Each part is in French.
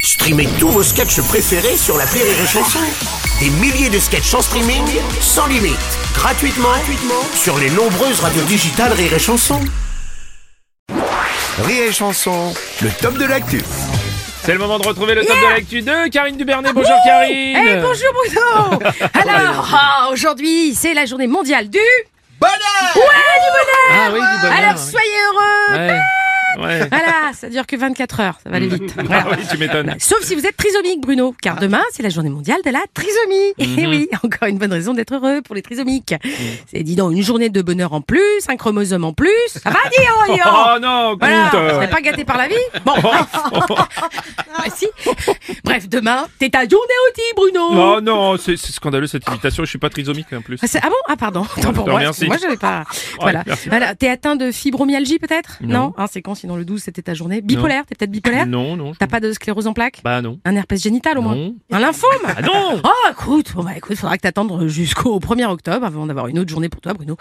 Streamez tous vos sketchs préférés sur la Rire et Chanson. Des milliers de sketchs en streaming, sans limite, gratuitement, gratuitement sur les nombreuses radios digitales Rire et Chanson. Rire et Chanson, le top de l'actu. C'est le moment de retrouver le top de l'actu de Karine Dubernet. Bonjour Karine Eh, bonjour Bruno Alors, ah, aujourd'hui, c'est la journée mondiale du... Ah oui, du bonheur. Alors, soyez heureux Ouais. Ouais. Voilà, ça dure que 24 heures, ça va aller vite. Ah Voilà. oui, tu m'étonnes. Sauf si vous êtes trisomique, Bruno, car Ah. demain, c'est la journée mondiale de la trisomie. Mhm. Et oui, encore une bonne raison d'être heureux pour les trisomiques. C'est, dis donc, une journée de bonheur en plus, un chromosome en plus. Ça va, dis donc, dis donc. Oh non, Voilà, écoute, euh, on n'est pas gâté par la vie Bon, Bah, si. Bref, demain, t'es ta journée aussi, Bruno Oh non, c'est c'est scandaleux cette imitation. Je suis pas trisomique en plus. Ah, c'est- ah bon Ah pardon, tant pour te moi. remercie. Moi j'avais pas. Voilà. Bah, merci. voilà. T'es atteint de fibromyalgie peut-être Non. Hein, c'est con, sinon le 12 c'était ta journée. Bipolaire, t'es peut-être bipolaire Non, non. je- T'as pas de sclérose en plaques Bah non. Un herpès génital au moins Non. Un lymphome Ah non Oh écoute, bon, bah, écoute, faudra que t'attendes jusqu'au 1er octobre avant d'avoir une autre journée pour toi Bruno.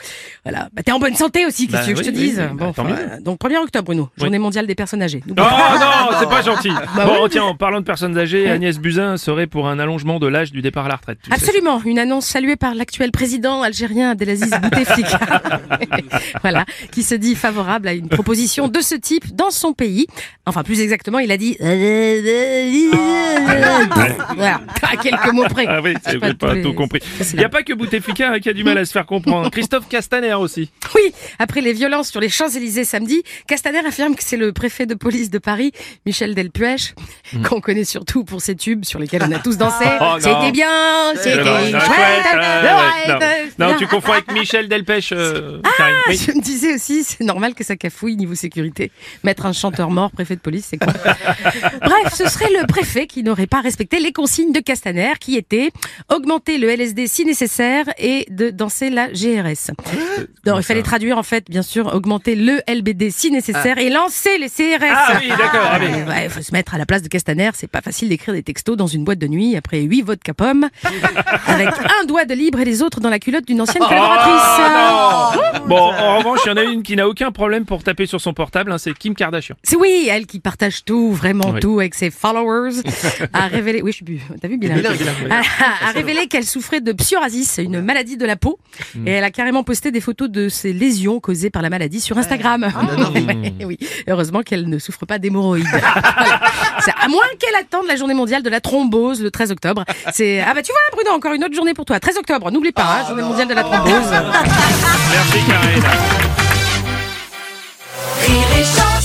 Voilà. Bah, t'es en bonne santé aussi, qu'est-ce Bah que tu veux que je oui, te oui, dise oui, bah, Bon, tant enfin, mieux. euh, donc 1er octobre Bruno, journée mondiale des personnes âgées. N'oublie Oh pas. Ah, non, c'est pas gentil. Bah bon, ouais. tiens, en parlant de personnes âgées, Agnès Buzyn serait pour un allongement de l'âge du départ à la retraite. tu sais. Absolument, une annonce saluée par l'actuel président algérien Abdelaziz Bouteflika, voilà, qui se dit favorable à une proposition de ce type dans son pays. Enfin, plus exactement, il a dit voilà, à quelques mots près. Ah oui, c'est J'ai j'ai pas tous tout les- compris. Ça, c'est Il n'y a la- pas que Bouteflika hein, qui a du mal à se faire comprendre. Christophe Castaner aussi. Oui, après les violences sur les Champs-Élysées samedi, Castaner affirme que c'est le préfet de police de Paris, Michel Delpuech, qu'on connaît surtout pour ses tubes sur lesquels on a tous dansé. Hmm. Oh non. c'était bien, c'était Non, non, chouette, chouette, euh, ouais, chouette. non. Non, tu confonds avec Michel Delpech. euh, Karine. Oui. Je me disais aussi, c'est normal que ça cafouille niveau sécurité. Mettre un chanteur mort préfet de police, c'est quoi Bref, ce serait le préfet qui n'aurait pas respecté les consignes de Castaner, qui étaient augmenter le LSD si nécessaire et de danser la GRS. Euh, Non, il fallait traduire en fait, bien sûr, augmenter le LBD si nécessaire et lancer les CRS. Ah oui, d'accord, ah oui. Ouais, ouais, faut se mettre à la place de Castaner, c'est pas facile d'écrire des textos dans une boîte de nuit après huit votes capom, avec un doigt de libre et les autres dans la culotte d'une ancienne collaboratrice. Oh, non Bon, en revanche, il y en a une qui n'a aucun problème pour taper sur son portable, hein, c'est Kim Kardashian. C'est oui, elle qui partage tout, vraiment Oui. tout avec ses followers, a révélé, oui, je suis bu, t'as vu, bilingue, a, a révélé qu'elle souffrait de psoriasis, une maladie de la peau, et elle a carrément posté des photos de ses lésions causées par la maladie sur Instagram. Et oui, heureusement qu'elle ne souffre pas d'hémorroïdes. Voilà. C'est- à moins qu'elle attende la journée mondiale de la thrombose le 13 octobre. C'est, ah bah tu vois, Bruno, encore une autre journée pour toi. 13 octobre, n'oublie pas, hein, journée mondiale de la thrombose. Merci Karine. Rire et chanson.